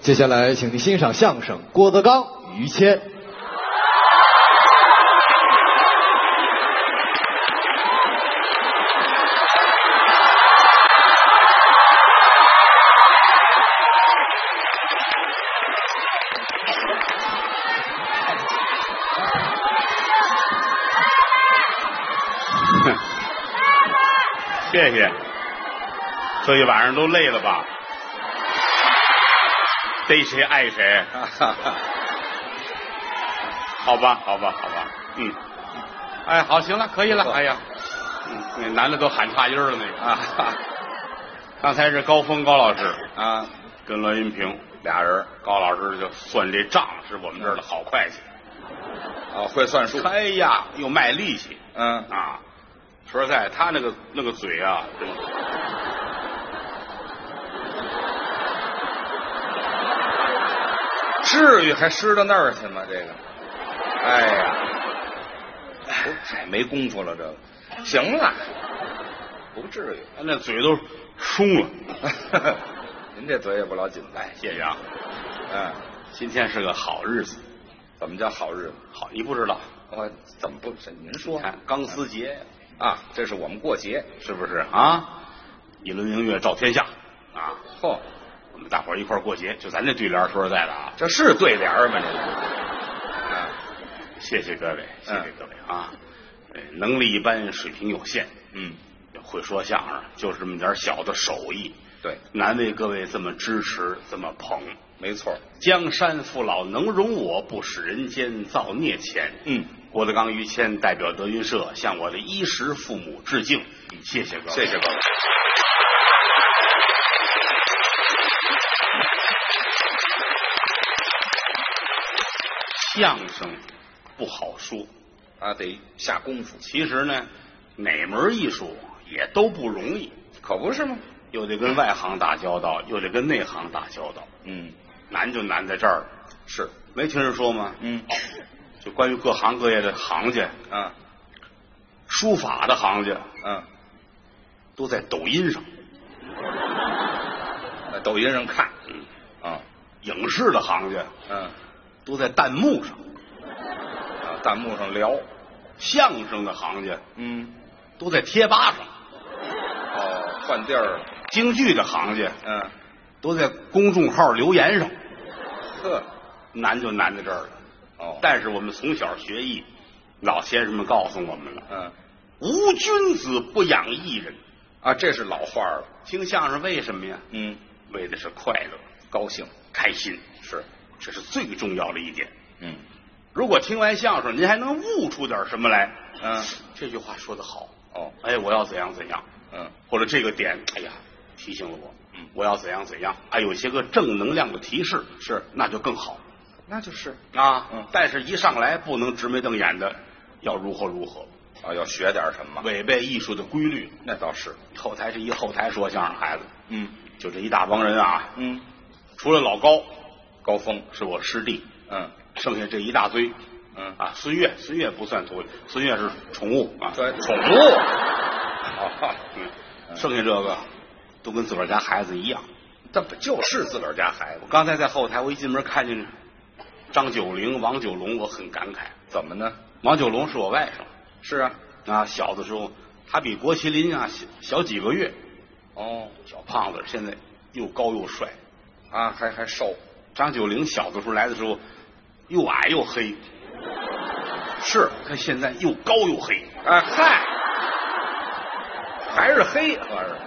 接下来，请您欣赏相声《郭德纲于谦》。谢谢。这一晚上都累了吧？逮谁爱谁，好吧，好吧，好吧，嗯，哎，好，行了，可以了，哎呀，嗯那男的都喊差音儿了那个。啊刚才是高峰高老师啊，跟栾云平俩人，高老师就算这账是我们这儿的好会计。哦，会算数，哎呀，又卖力气嗯，啊！说实在，他那个那个嘴啊，真的至于还湿到那儿去吗？这个，哎呀，不太没功夫了，这个，行了，不至于，他那嘴都松了。您这嘴也不老紧吧？谢谢啊，嗯，今天是个好日子，怎么叫好日子？好，你不知道，我怎么不？这您你说看钢丝节啊，这是我们过节，是不是啊？一轮明月照天下啊！嚯、我们大伙儿一块儿过节，就咱这对联儿，说实在的啊，这是对联儿吗？这个，啊，谢谢各位，谢谢嗯各位啊！呃能力一般，水平有限，嗯，会说相声就是这么点儿小的手艺，对，难为各位这么支持，这么捧。没错儿，江山父老能容我，不使人间造孽钱。嗯，郭德纲、于谦代表德云社向我的衣食父母致敬，谢谢各位，谢谢各位。相声不好说，啊，得下功夫，其实呢，哪门艺术也都不容易，可不是吗？又得跟外行打交道，又得跟内行打交道，嗯，难就难在这儿了。是，没听人说吗？嗯，就关于各行各业的行家，啊，书法的行家嗯。都在抖音上，呃抖音上看，嗯，啊，影视的行家嗯，都在弹幕上，啊，弹幕上聊，相声的行家嗯，都在贴吧上，哦，换地儿了，京剧的行家嗯，都在公众号留言上，呵，难就难在这儿了。哦，但是我们从小学艺，老先生们告诉我们了：嗯，无君子不养艺人。啊，这是老话儿了，听相声为什么呀？嗯，为的是快乐、高兴开心，是，这是最重要的一点。嗯，如果听完相声，您还能悟出点什么来，嗯，这句话说得好。哦，哎，我要怎样怎样，嗯，或者这个点，哎呀，提醒了我，嗯我要怎样怎样，啊，有些个正能量的提示，是那就更好那就是啊。嗯但是一上来不能直眉瞪眼的，要如何如何，啊，要学点什么，违背艺术的规律。那倒是，后台是一后台说相声孩子，嗯就这一大帮人啊，嗯，除了老高高峰，是我师弟，嗯剩下这一大堆，嗯，啊，孙越，孙越不算徒弟，孙越是宠物啊，对宠 物，啊，嗯，剩下这个都跟自个儿家孩子一样。这不就是自个儿家孩子我，刚才在后台，我一进门看见张九龄、王九龙，我很感慨。怎么呢？王九龙是我外甥是啊，啊，小的时候他比郭麒麟啊小小几个月，哦，小胖子，现在又高又帅。啊，还还瘦，张九龄小的时候来的时候又矮又黑，是，他现在又高又黑，啊，嗨，还是黑，合着。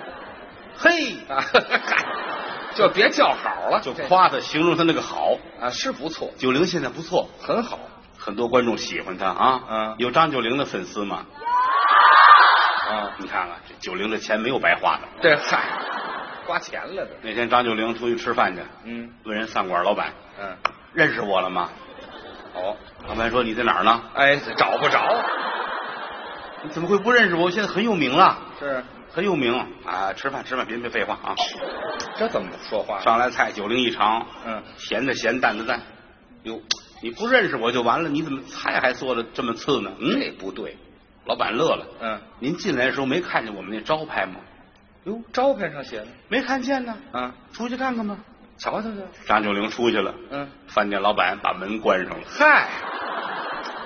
嘿，啊， 嗨就别叫好了，就这夸他，形容他那个好。啊，是不错，九龄现在不错，很好。很多观众喜欢他啊。嗯有张九龄的粉丝吗？啊，你看看这九龄这钱没有白花的。这嗨，花钱了这，那天张九龄出去吃饭去，嗯问人饭馆老板嗯，认识我了吗？哦，老板说你在哪儿呢？哎，找不着，你怎么会不认识我？我现在很有名啊了，是很有名啊！吃饭吃饭，别别废话啊！这怎么说话？上来菜九龄一尝，嗯，咸的咸，淡的淡。哟，你不认识我就完了，你怎么菜还做的这么次呢？嗯，这不对，老板乐了。嗯，您进来的时候没看见我们那招牌吗？哟，招牌上写呢，没看见呢。啊，出去看看吧。瞧瞧瞧，张九龄出去了，嗯，饭店老板把门关上了。嗨，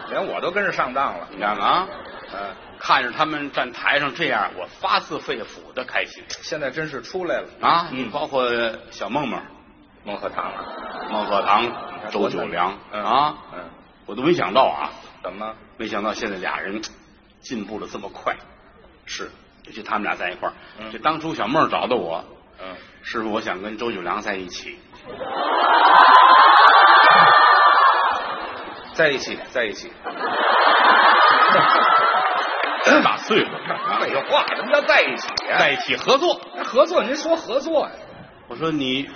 连我都跟着上当了。你看啊，嗯，看着他们站台上这样，我发自肺腑的开心现在真是出来了，啊！你包括小梦梦、孟鹤堂啊，孟鹤堂、周九良嗯啊，嗯，我都没想到啊，怎么？没想到现在俩人进步的这么快。是，尤其他们俩在一块儿，嗯这当初小梦找到我，嗯，师傅，我想跟周九良在一 起。在一起，在一起。真打碎了，废哎话，什么叫在一起啊呀、在一起合作。合作，您说合作呀、我说你，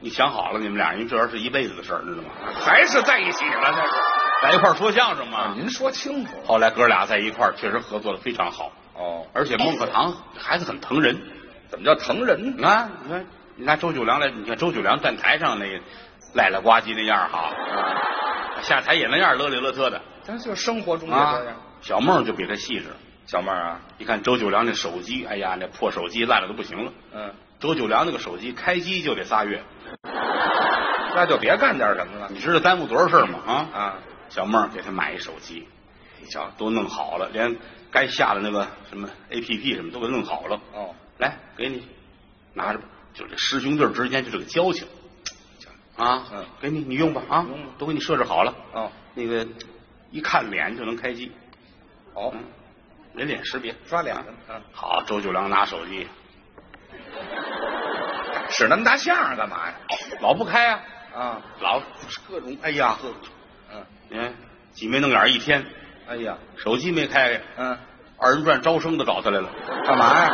你想好了，你们俩人这玩意儿是一辈子的事儿，知道吗？还是在一起了？那是。在一块儿说相声嘛。您说清楚了。后来哥俩在一块儿，确实合作的非常好，哦，而且孟鹤堂孩子很疼人。怎么叫疼人你？看，你看，你看周九良来，你看周九良站台上那个赖赖呱唧那样儿哈，下台也那样儿乐里乐特的咱就生活中就啊这样。。小梦就比他细致，小妹儿啊，一看周九良那手机，哎呀，那破手机烂的都不行了。嗯，周九良那个手机开机就得仨月，那就别干点什么了你知道耽误多少事儿吗？啊啊！小妹儿给他买一手机，哎你瞧，都弄好了，连该下的那个什么 A P P 什么都给弄好了。哦，来，给你拿着吧，就这师兄弟儿之间就这个交情啊。嗯给你，你用吧啊用吧，都给你设置好了。哦，那个一看脸就能开机，哦，嗯，人脸识别，刷脸啊呢，嗯，好，周九良拿手机使那么大相儿干嘛呀？老不开啊，啊，老各种哎呀，各种嗯，你看挤眉弄眼儿一天，哎呀，手机没开开，嗯，二人转招生都找他来了。干嘛呀？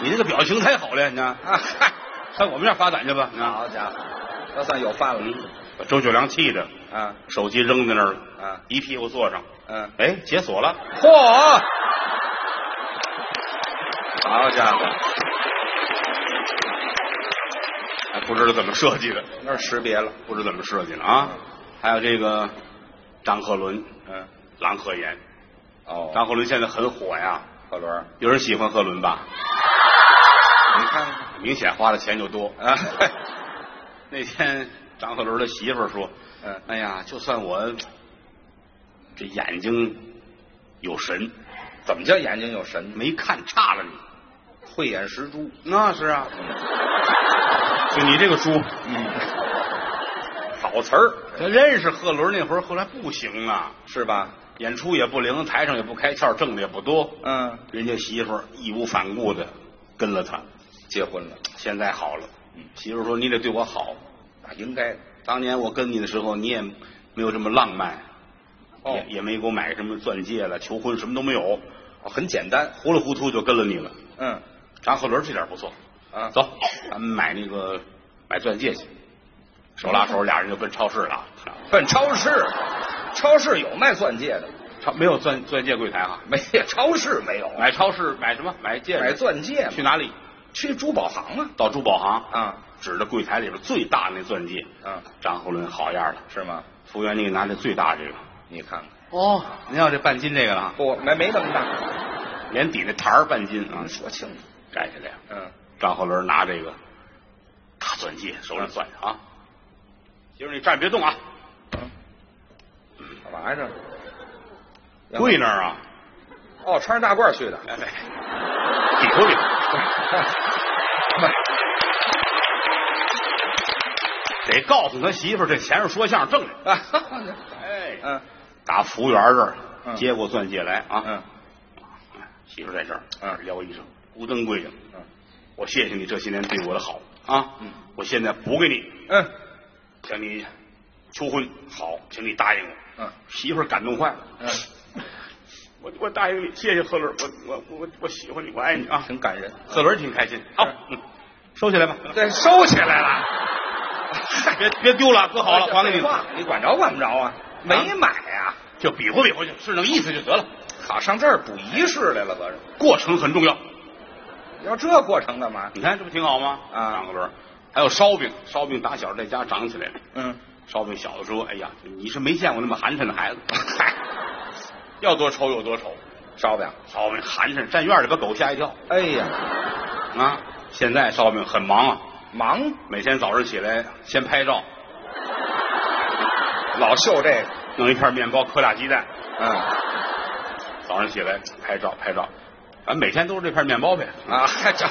你这个表情太好了，你看， 啊嗨，上我们这儿发展去吧。啊，好家伙，那算有饭嗯了，把周九良气的，啊手机扔在那儿了，啊，一屁股坐上，嗯，哎，解锁了，嚯，好家伙，哎不知道怎么设计的，那儿识别了，不知道怎么设计的啊。还有这个张鹤伦、嗯，郎鹤炎，哦，张鹤伦现在很火呀，鹤伦儿，有人喜欢鹤伦吧？你看看明显花的钱就多。哎啊， 那天张鹤伦的媳妇儿说嗯：“哎呀，就算我这眼睛有神，怎么叫眼睛有神？没看差了你。”慧眼识珠，那是啊，就你这个书， 好词儿咱认识贺伦那会儿，后来不行了，是吧？演出也不灵，台上也不开窍，挣的也不多，嗯，人家媳妇儿义无反顾的跟了他，结婚了，现在好了，嗯媳妇儿说你得对我好，啊，应该的，当年我跟你的时候，你也没有这么浪漫，哦也也没给我买什么钻戒了，求婚什么都没有，哦很简单，糊里糊涂就跟了你了。嗯，张鹤伦这点不错，啊，走，咱们买那个买钻戒去，手拉手俩人就奔超市了，奔超市，超市有卖钻戒的，超没有钻钻戒柜台哈、没，超市没有，买超市买什么？买戒指？买钻戒嘛哎去哪里？去珠宝行啊，到珠宝行，啊，指着柜台里边最大那钻戒。啊，张鹤伦好样的，是吗？服务员，你给拿这最大这个。你看看，哦，您要这半斤这个了，不，没没那么大，连底那台儿半斤啊你，说清楚，摘下来。嗯，张鹤伦拿这个大钻戒，手里攥着啊。媳妇儿，你站着别动啊，干嘛呀这？跪那儿啊，哦，穿着大褂 去的，来来，哎比划比划。得告诉他媳妇儿，这钱是说相声挣的。啊，哈哈哎，嗯打服务员这儿嗯接过钻戒来啊，嗯媳妇儿在这儿，嗯撩衣裳，咕噔跪下，嗯我谢谢你这些年对我的好啊嗯，我现在补给你，嗯向你求婚，好，请你答应我。嗯媳妇儿感动坏了，嗯，我我答应你，谢谢贺伦，我我我我喜欢你，我爱你啊。挺感人，贺伦挺开心，好是，嗯收起来 吧，对，收起来了。别别丢了，搁好了还给哎废你，话你管着管不着啊？没买啊？就比划比划去，是那个意思就得了。好，上这儿补仪式来了，合着过程很重要，要这过程干嘛？你看这不挺好吗？啊张个轮儿，还有烧饼，烧饼打小在家长起来的。嗯，烧饼小的时候，哎呀，你是没见过那么寒碜的孩子， 嗨，要多丑有多丑。烧饼。烧饼寒碜，站院里把狗吓一跳哎呀，啊！现在烧饼很忙啊，忙，每天早上起来先拍照，老秀哦这个，弄一片面包，磕俩鸡蛋，嗯早上起来拍照拍照，啊，每天都是这片面包呗，啊，这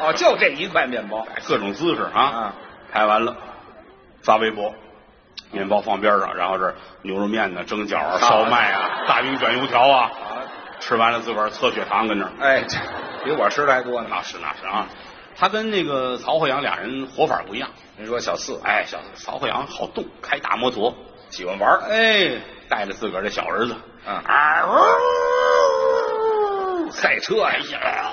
哦，就这一块面包哎各种姿势啊，啊，拍完了发微博，面包放边上，然后这儿牛肉面呢、蒸饺啊、烧麦啊、大饼卷油条啊，啊，吃完了自个儿测血糖跟那儿，哎，这比我吃的还多呢。那是那是啊。他跟那个曹鹤阳俩人活法不一样，您说小四哎，小曹鹤阳好动，开大摩托，喜欢玩儿，哎，带着自个儿的小儿子，嗯啊呜，赛车呀哎呀，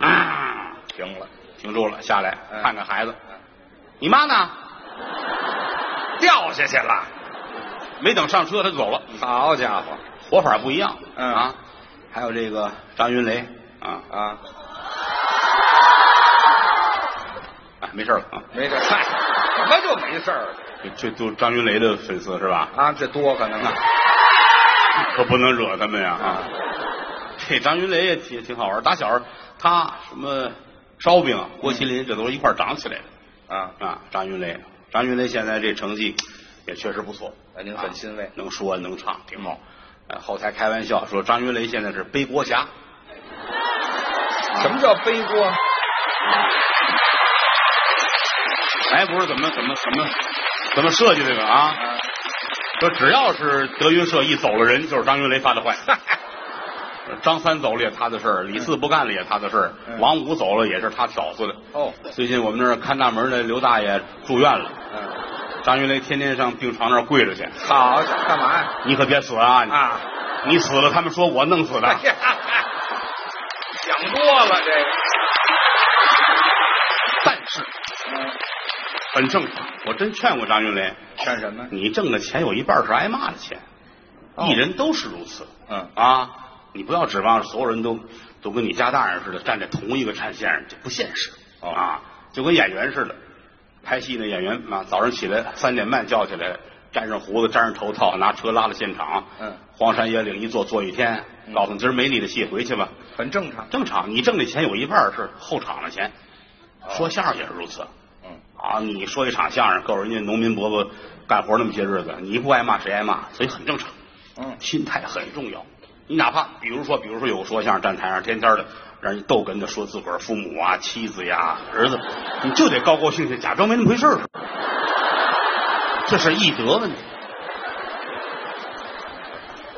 啊，停了，停住了，下来嗯看看孩子，你妈呢？掉下去了，没等上车他就走了，好家伙活法不一样，嗯啊，还有这个张云雷啊，啊！哎，没事了啊，没事，嗨，什么就没事儿了这这都张云雷的粉丝是吧？啊？这多可能啊！可不能惹他们呀啊啊！这张云雷也挺挺好玩儿，打小他什么烧饼、啊、郭麒麟，这都是一块儿长起来的啊，啊。张云雷，张云雷现在这成绩也确实不错，哎您很欣慰嗯啊能说能唱，挺好。呃，后台开玩笑说张云雷现在是背锅侠，什么叫背锅？ 哎，不是怎么怎么怎么怎么设计这个啊？啊，说只要是德云社一走了人，就是张云雷发的坏。张三走了也他的事儿，李四不干了也他的事儿，嗯王五走了也是他挑唆的。哦，最近我们那儿看大门的刘大爷住院了，嗯，张云雷天天上病床那儿跪着去。好，干嘛呀？你可别死啊！你啊， 你死了，他们说我弄死的。哎呀，想多了这个。但是嗯，很正常，我真劝过张云雷，干什么？你挣的钱有一半是挨骂的钱，哦艺人都是如此嗯，啊！你不要指望所有人都都跟你家大人似的站在同一个战线上，这不现实哦啊！就跟演员似的，拍戏的演员啊，早上起来三点半叫起来，粘上胡子，粘上头套，拿车拉到现场，嗯，荒山野岭一坐坐一天，嗯告诉你今儿没你的戏，回去吧。很正常。正常，你挣的钱有一半儿是后场的钱，哦说相声也是如此。嗯，啊，你说一场相声够人家农民伯伯干活那么些日子，你不挨骂谁挨骂？所以很正常，嗯，心态很重要。你哪怕比如说，比如说有个说相声站台上天天的让人逗哏的说自个儿父母啊、妻子呀、儿子，你就得高高兴兴，假装没那么回事儿。这是艺德问题。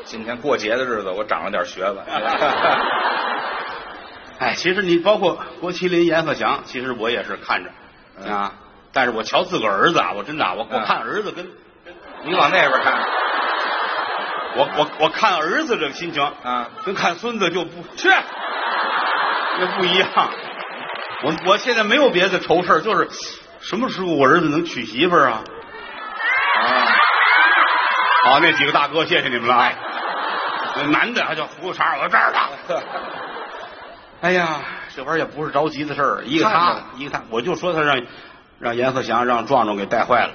今天过节的日子，我长了点学问。 哎，其实你包括郭麒麟、阎鹤祥，其实我也是看着、嗯啊，但是我瞧自个儿儿子啊，我真的啊我我嗯看儿子跟、你往那边看我我我看儿子这个心情啊？ 跟看孙子就不去，那不一样。我我现在没有别的愁事儿就是什么时候我儿子能娶媳妇儿啊？啊，好，那几个大哥，谢谢你们了。哎，那男的还叫葫芦茬，我这儿呢。哎呀，这玩意儿也不是着急的事儿，一个看他着，一个他，我就说他让让阎鹤祥让壮壮给带坏了。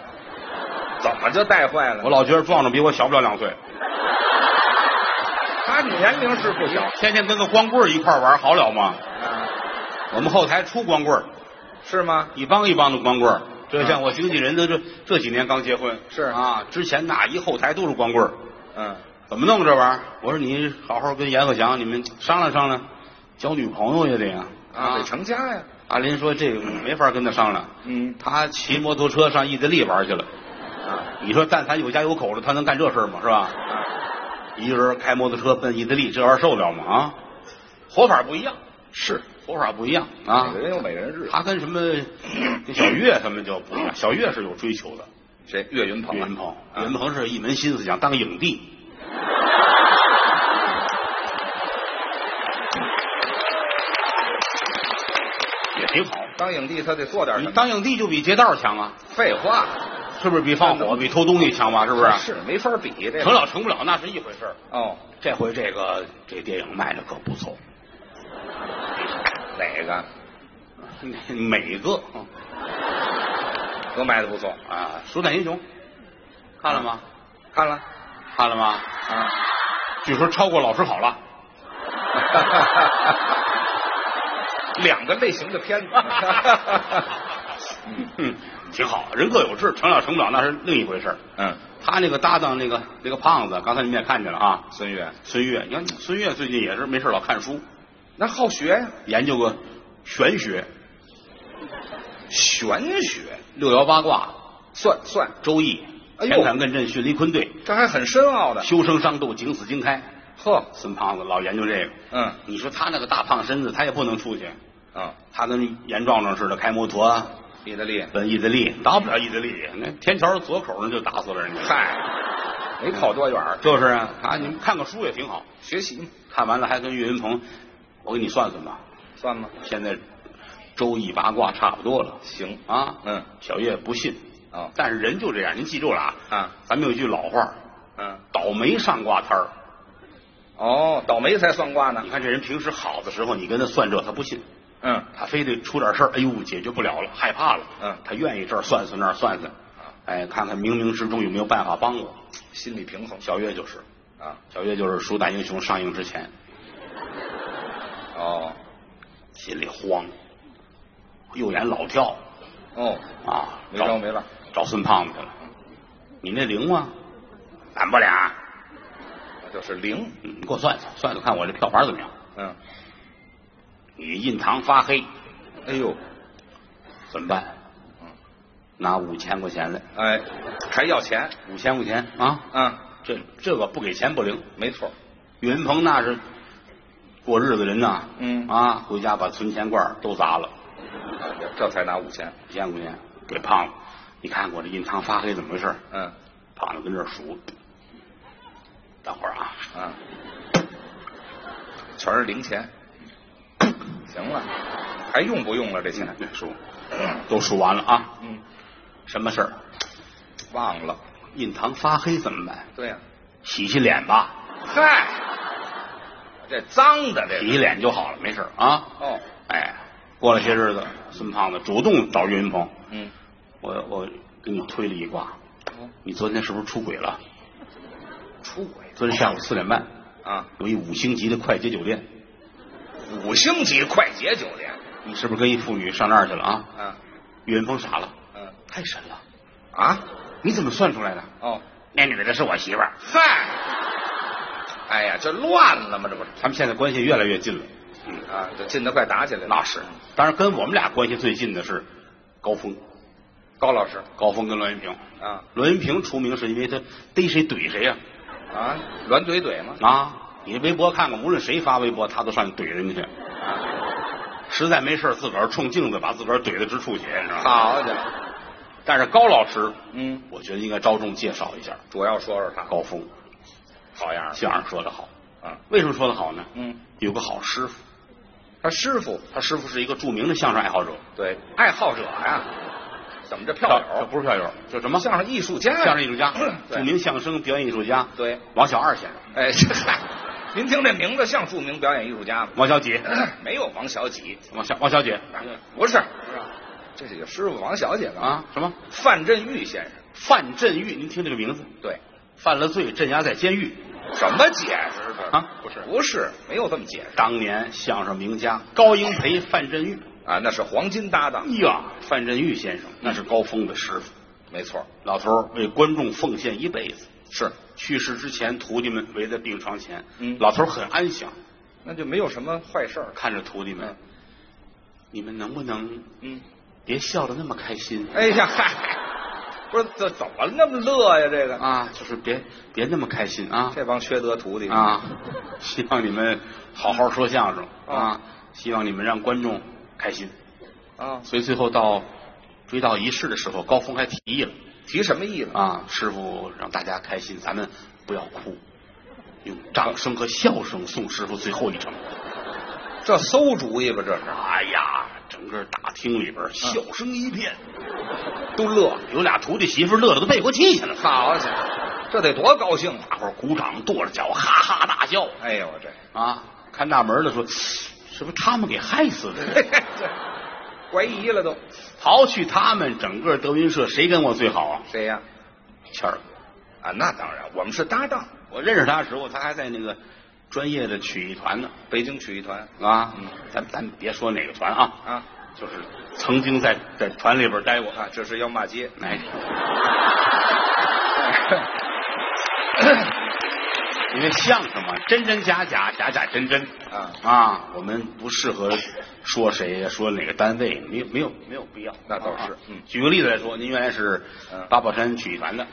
怎么就带坏了？我老觉得壮壮比我小不了两岁，他年龄是不小天天跟个光棍儿一块儿玩儿，好了吗？啊，我们后台出光棍儿，是吗？一帮一帮的光棍儿。这啊像我经纪人，他这这几年刚结婚，是啊，之前那一后台都是光棍儿，嗯，怎么弄这玩意儿？我说你好好跟阎鹤祥你们商量商量，交女朋友也得啊。啊，得成家呀。阿林说这个没法跟他商量，嗯他骑摩托车上意大利玩去了。啊，你说，但凡有家有口的，他能干这事儿吗？是吧？一个人开摩托车奔意大利，这玩意儿受得了吗？啊，活法不一样，是活法不一样每啊个。人有每个人日子。他跟什么跟小岳他们就不一样，小岳是有追求的。谁？岳云鹏岳啊。云鹏，啊岳云鹏是一门心思想当影帝。也挺好，当影帝他得做点什你么。当影帝就比劫道强啊，废话，是不是？比放火、比偷东西强吧？是不是？啊是没法比这成个。了成不了那是一回事儿。哦，这回这个这电影卖的可不 错，哪个每个都卖的不错？啊，《鼠胆英雄》看了吗？看了看了吗？啊， 据说超过《老师好了两个类型的片子。》嗯，挺好，人各有志，成了成不了那是另一回事儿 嗯，他那个搭档那个那个胖子，刚才你们也看见了啊，孙越孙越，你看孙越最近也是没事老看书，那好学呀，研究个玄学，玄学六爻八卦、算算，周易、哎呦乾坎艮震巽离坤兑、这还很深奥的。修生伤斗、景死经开。呵，孙胖子老研究这个，嗯你说他那个大胖身子，他也不能出去，啊，他跟严壮壮似的开摩托啊，意大利，奔意大利，到不了意大利，那天桥左口那就打死了人家。嗨，没跑多远儿，就是啊，啊，你们看个书也挺好，学习看完了还跟岳云鹏，我给你算算吧，算吗？现在周易八卦差不多了行啊。嗯，小岳不信啊但是人就这样，您记住了啊。啊，咱们有一句老话，嗯，倒霉上卦摊儿。哦，倒霉才算卦呢你。看这人平时好的时候，你跟他算这，他不信，嗯，他非得出点事儿，哎呦，解决不了了，害怕了。嗯他愿意这儿算算那儿算算，哎，看看冥冥之中有没有办法帮我。心理平衡小岳就是，啊。小岳就是《鼠胆英雄》上映之前，哦心里慌，右眼老跳哦，啊，没着没落，找孙胖子去了。你那灵吗？俺不俩，就是零。嗯你给我算算，算算看我这票房怎么样？嗯，你印堂发黑，哎呦，怎么办嗯？拿五千块钱来，哎，还要钱五千块钱啊！啊？这这个不给钱不灵。没错，岳云鹏那是过日子人呐，嗯啊，回家把存钱罐儿都砸了，啊这这才拿五千。五千块钱给胖子。你看我这印堂发黑怎么回事？嗯胖子跟这儿数，等会儿啊，啊，全是零钱。行了，还用不用了这现在对钱？数，都数完了啊，嗯，什么事儿？忘了。印堂发黑怎么办？对呀、洗洗脸吧，嗨，这脏的这洗个洗脸就好了，没事儿啊。哦，哎，过了些日子，孙胖子主动找岳云鹏，嗯，我我给你推了一卦，你昨天是不是出轨了？出轨昨天下午四点半，啊，有一五星级的快捷酒店，五星级快捷酒店你是不是跟一妇女上那儿去了啊？啊，岳云鹏傻了，嗯太神了，啊，你怎么算出来的？哦，那女的是我媳妇儿，嗨，哎呀，这乱了吗？这不是他们现在关系越来越近了。嗯，啊，这近得快打起来了。那是，当然跟我们俩关系最近的是高峰，高老师高峰跟栾云平。啊栾云平出名是因为他逮谁怼谁呀、啊，栾怼怼吗？啊！你微博看看，无论谁发微博，他都上去怼人家去。实在没事儿自个儿冲镜子把自个儿怼得直出血，你知道吗？好家伙，但是高老师，嗯，我觉得应该着重介绍一下主要说说他高峰，好样相声说得好。的啊，为什么说得好呢？嗯，有个好师傅，他师傅他师傅是一个著名的相声爱好者，对爱好者呀，怎么这票这友不是票友，就什么相声艺术家呀，相声艺术家，对著名相声表演艺术家，对，王小二先生，哎， 这嗨，您听这名字像著名表演艺术家吗？ 王小姐，没有王小姐，王小王小姐嗯不是，啊这是有师傅王小姐的啊，什么范振钰先生。范振钰？您听这个名字，对，犯了罪，镇压在监狱。什么解释这啊不是，不是，没有这么解释当年相声名家高英培、范振钰，哎啊，那是黄金搭档，呀，范振钰先生那是高峰的师傅，没错，老头儿为观众奉献一辈子。是，去世之前，徒弟们围在病床前，嗯老头儿很安详，那就没有什么坏事儿。看着徒弟们，嗯你们能不能嗯，别笑得那么开心哎呀，嗨，不是这怎么那么乐呀？这个啊？就是别别那么开心啊这帮缺德徒弟，啊！希望你们好好说相声嗯啊，希望你们让观众开心。啊，所以最后到追悼仪式的时候，高峰还提议了提什么意了？啊，师傅让大家开心，咱们不要哭，用掌声和笑声送师傅最后一程。这馊主意吧，这是哎呀，整个大厅里边嗯笑声一片，都乐，有俩徒弟媳妇乐得都背过气去了，好家伙，这得多高兴啊！大伙儿鼓掌跺着脚，哈哈大笑哎呦，这。 啊！看大门的说，是不是他们给害死的？ 怀疑了都。刨去他们，整个德云社谁跟我最好啊？谁呀、谦儿，啊？那当然，我们是搭档，我认识他的时候，他还在那个专业的曲艺团呢北京曲艺团啊嗯。咱咱别说哪个团啊，啊。就是曾经在在船里边待过。啊，这是要骂街。哎， 因为相声嘛，真真假假，假假真真啊啊，我们不适合说谁呀，说哪个单位，没有没有没有必要。那倒是啊嗯举个例子来说，您原来是嗯八宝山曲艺团的，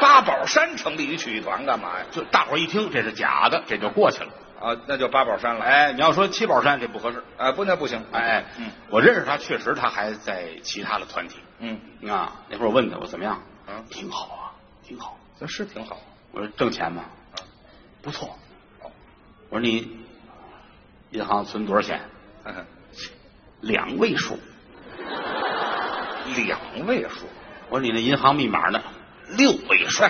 八宝山成立一曲艺团干嘛呀？就大伙儿一听这是假的，这就过去了。啊，那就八宝山了。哎，你要说七宝山这不合适。啊，不，那不行。哎，嗯我认识他，确实他还在其他的团体嗯，啊。那会儿我问他，我说怎么样？嗯挺好啊，挺好。那是挺好。我说挣钱吗？嗯不错哦。我说你银行存多少钱？嗯两位数。两位数， 我说你那银行密码呢？六位数。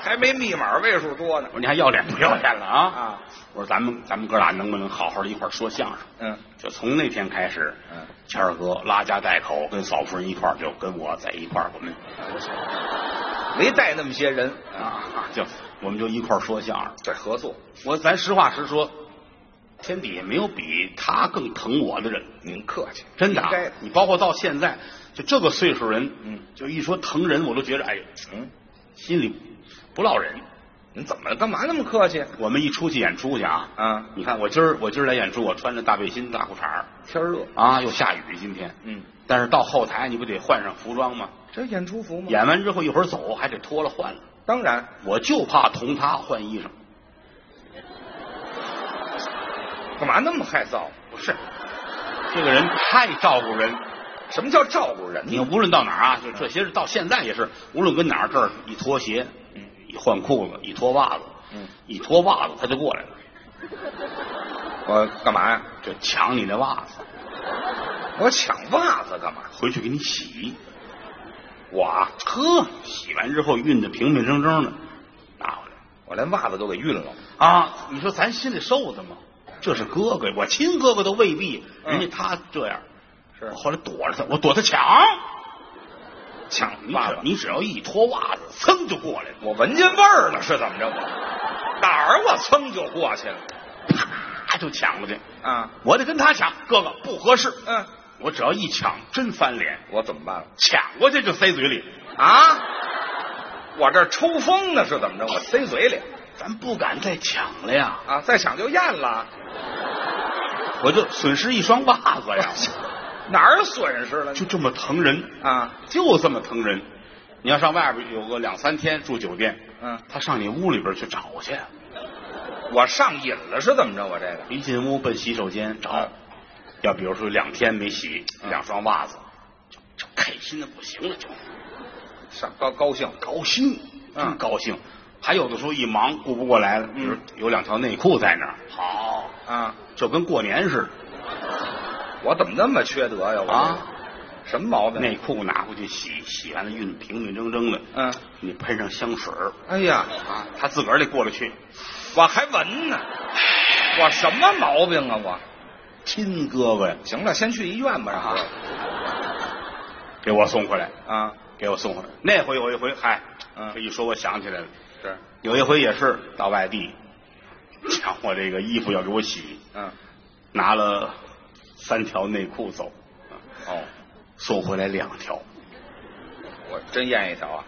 还没密码位数多呢我。说你还要脸不要脸了啊？啊我说咱们咱们哥俩能不能好好的一块儿说相声？嗯就从那天开始，嗯，谦儿哥拉家带口跟嫂夫人一块儿，就跟我在一块儿，我们没带那么些人啊，啊，就我们就一块儿说相声。这合作。我咱实话实说，天底下没有比他更疼我的人，您客气，真的啊、应该的。你包括到现在，就这个岁数人，嗯，就一说疼人，我都觉得哎呦，嗯，心里不落忍。您怎么干嘛那么客气我们一出去演出去啊，啊？你看我今儿我今儿来演出，我穿着大背心大裤衩儿天热，啊，又下雨今天，嗯，但是到后台你不得换上服装吗？这演出服吗？演完之后一会儿走还得脱了换了，当然，我就怕同他换衣裳。干嘛那么害臊？不是，这个人太照顾人。什么叫照顾人你呢？看，无论到哪儿啊，就这些日到现在也是，无论跟哪儿，这儿一脱鞋，嗯，一换裤子，一脱袜子，嗯，一脱袜子他就过来了，我干嘛呀？就抢你那袜子，我抢袜子干嘛？回去给你洗。我啊呵，洗完之后熨的平平整整的，拿回来我连袜子都给熨了。啊！你说咱心里受的吗？这是哥哥，我亲哥哥都未必，人家他这样。嗯是我后来躲着他，我躲他抢，抢你袜只子，你只要一脱袜子，噌就过来了。我闻见味儿了，是怎么着？我哪儿我噌就过去了啪就抢过去。啊？我得跟他抢，哥哥不合适。嗯，我只要一抢，真翻脸，我怎么办了抢过去就塞嘴里。啊？我这儿抽风呢，是怎么着？我塞嘴里咱不敢再抢了呀，啊，再抢就咽了，我就损失一双袜子呀，哪儿损失了呢？就这么疼人，啊，就这么疼人。你要上外边有个两三天住酒店，嗯，他上你屋里边去找去，我上瘾了，是怎么着？我这个一进屋奔洗手间找，要比如说两天没洗嗯两双袜子，就就开心的不行了，就上高高兴高兴，真嗯高兴。还有的时候一忙顾不过来了，比如嗯有两条内裤在那儿，好，啊，就跟过年似我怎么那么缺德呀？的我这个啊。什么毛病？啊内裤拿回去洗，洗完了熨得平平整整的，嗯，你喷上香水儿哎呀，啊，他自个儿得过得去。我还闻呢，我什么毛病啊？我亲哥哥呀，行了，先去医院吧，啊然给我送回来，后啊，给我送回来。那回有一回，嗨，嗯这一说我想起来了，是，有一回也是到外地，抢我这个衣服要给我洗，嗯，拿了三条内裤走，哦，送回来两条，我真验一条啊，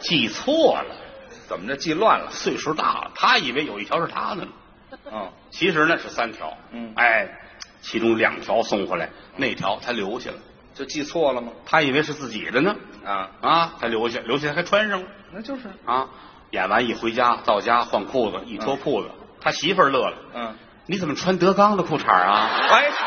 记错了，怎么着记乱了？岁数大了，他以为有一条是他的呢。哦，其实呢是三条，嗯哎，其中两条送回来，那条他留下了，就记错了吗？他以为是自己的呢，啊，啊，他留下，留下还穿上了那就是，啊。演完一回家，到家换裤子，一脱裤子，他媳妇儿乐了，嗯，你怎么穿德纲的裤衩啊？哎，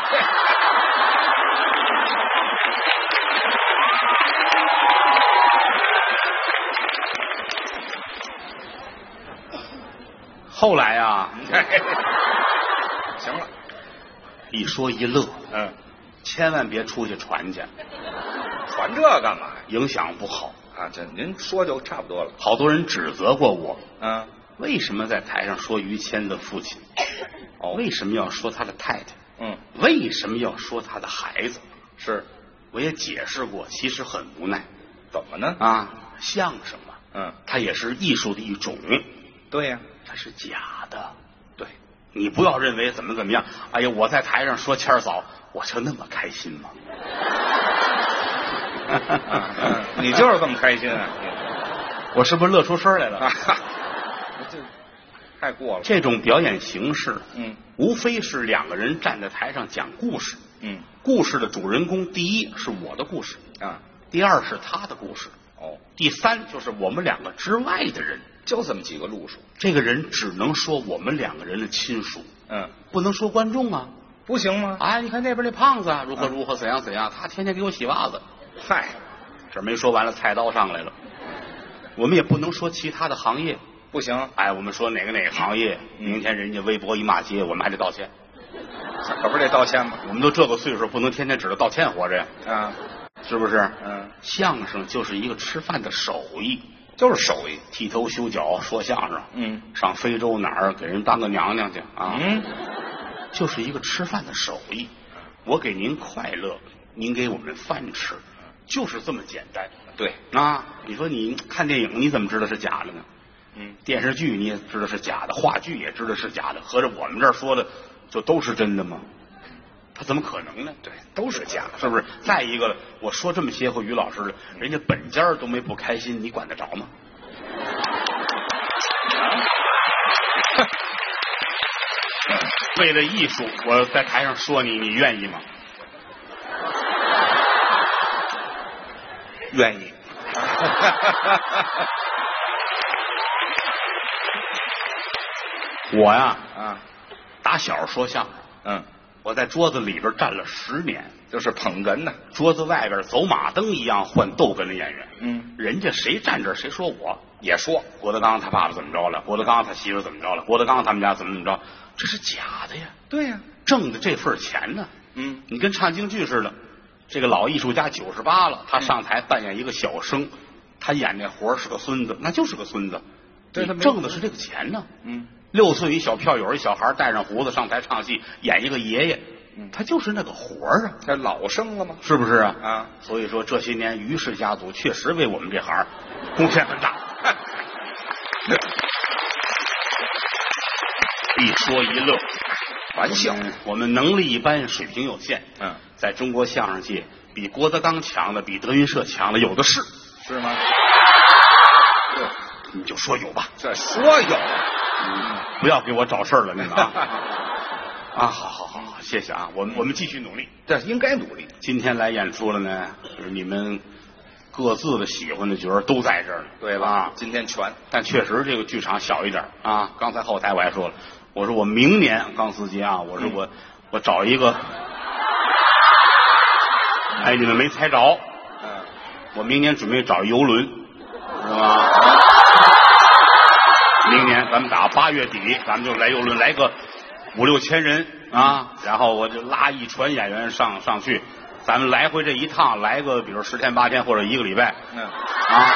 后来啊，行了，一说一乐，嗯，千万别出去传去，传这干嘛呀？影响不好。啊，这您说就差不多了，好多人指责过我，啊，为什么在台上说于谦的父亲？哦为什么要说他的太太？嗯，为什么要说他的孩子？是，我也解释过，其实很无奈怎么呢？啊，相声嘛，嗯，它也是艺术的一种，对呀、它是假的，对，你不要认为怎么怎么样，哎呀，我在台上说谦儿嫂，我就那么开心吗？ 嗯你就是这么开心啊！我是不是乐出声来啊 了？哈，这太过了。这种表演形式，嗯无非是两个人站在台上讲故事。嗯故事的主人公，第一是我的故事，啊，第二是他的故事，哦，第三就是我们两个之外的人。就这么几个路数。这个人只能说我们两个人的亲属，嗯，不能说观众啊。不行吗？哎，你看那边那胖子啊如何如何怎样怎样，他天天给我洗袜子。嗨，这没说完了，菜刀上来了。我们也不能说其他的行业，不行，哎，我们说哪个哪个行业，嗯明天人家微博一骂街，我们还得道歉。可不是得道歉吗？我们都这个岁数，不能天天指着道歉活着呀，啊，是不是？嗯，相声就是一个吃饭的手艺，就是手艺。剃头修脚说相声，嗯上非洲哪儿给人当个娘娘去啊？嗯，就是一个吃饭的手艺。我给您快乐，您给我们饭吃，就是这么简单对，啊！你说你看电影，你怎么知道是假的呢？嗯，电视剧你也知道是假的，话剧也知道是假的，合着我们这儿说的就都是真的吗？他怎么可能呢？对，都是假的。是不是？再一个了，我说这么些回于老师了，人家本家儿都没不开心，你管得着吗？ 为了艺术，我在台上说你，你愿意吗？愿意。我呀，啊，打小说相声，嗯，我在桌子里边站了十年，就是捧哏呢。桌子外边走马灯一样换逗哏的演员。嗯，人家谁站这儿谁说我，也说郭德纲他爸爸怎么着了，郭德纲他媳妇怎么着了，郭德纲他们家怎么怎么着，这是假的呀，对呀、挣的这份钱呢，嗯，你跟唱京剧似的。这个老艺术家九十八了，他上台扮演一个小生，他演那活儿是个孙子，那就是个孙子。对他你没挣的是这个钱呢。嗯，六岁一小票友，一小孩带上胡子上台唱戏，演一个爷爷，他就是那个活儿啊，他老生了吗？是不是啊？啊，所以说这些年于氏家族确实为我们这行儿贡献很大。一说一乐，玩笑。我们能力一般，水平有限。嗯，在中国相声界，比郭德纲强的，比德云社强的有的是。是吗？对，你就说有吧，这说有。不要给我找事儿了，那个 啊啊！好好好好，谢谢啊，我们我们继续努力。这应该努力。今天来演出了呢，就是你们各自的喜欢的角儿都在这儿呢，对啊吧？今天全但确实这个剧场小一点儿啊。刚才后台我还说了，我说我明年钢丝节啊，我说我、我找一个，哎，你们没猜着，嗯，我明年准备找游轮，是吧？明年咱们打八月底，咱们就来游轮，来个五六千人啊，然后我就拉一船演员上上去，咱们来回这一趟来个，比如十天八天或者一个礼拜，嗯，啊，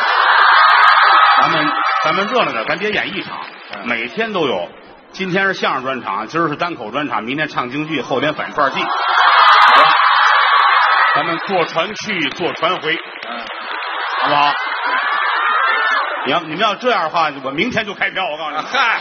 咱们咱们热闹点，咱别演一场，嗯每天都有。今天是相声专场，今儿是单口专场，明天唱京剧，后天反串戏。咱们坐船去，坐船回，嗯，好不好？你要你们要这样的话，我明天就开票。我告诉你，啊嗨，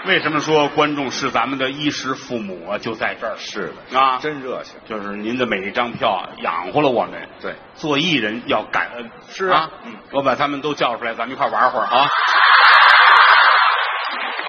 为什么说观众是咱们的衣食父母啊？就在这儿是的啊，真热情。就是您的每一张票啊养活了我们。对，做艺人要感恩，是啊啊，嗯我把他们都叫出来，咱们一块儿玩会儿啊。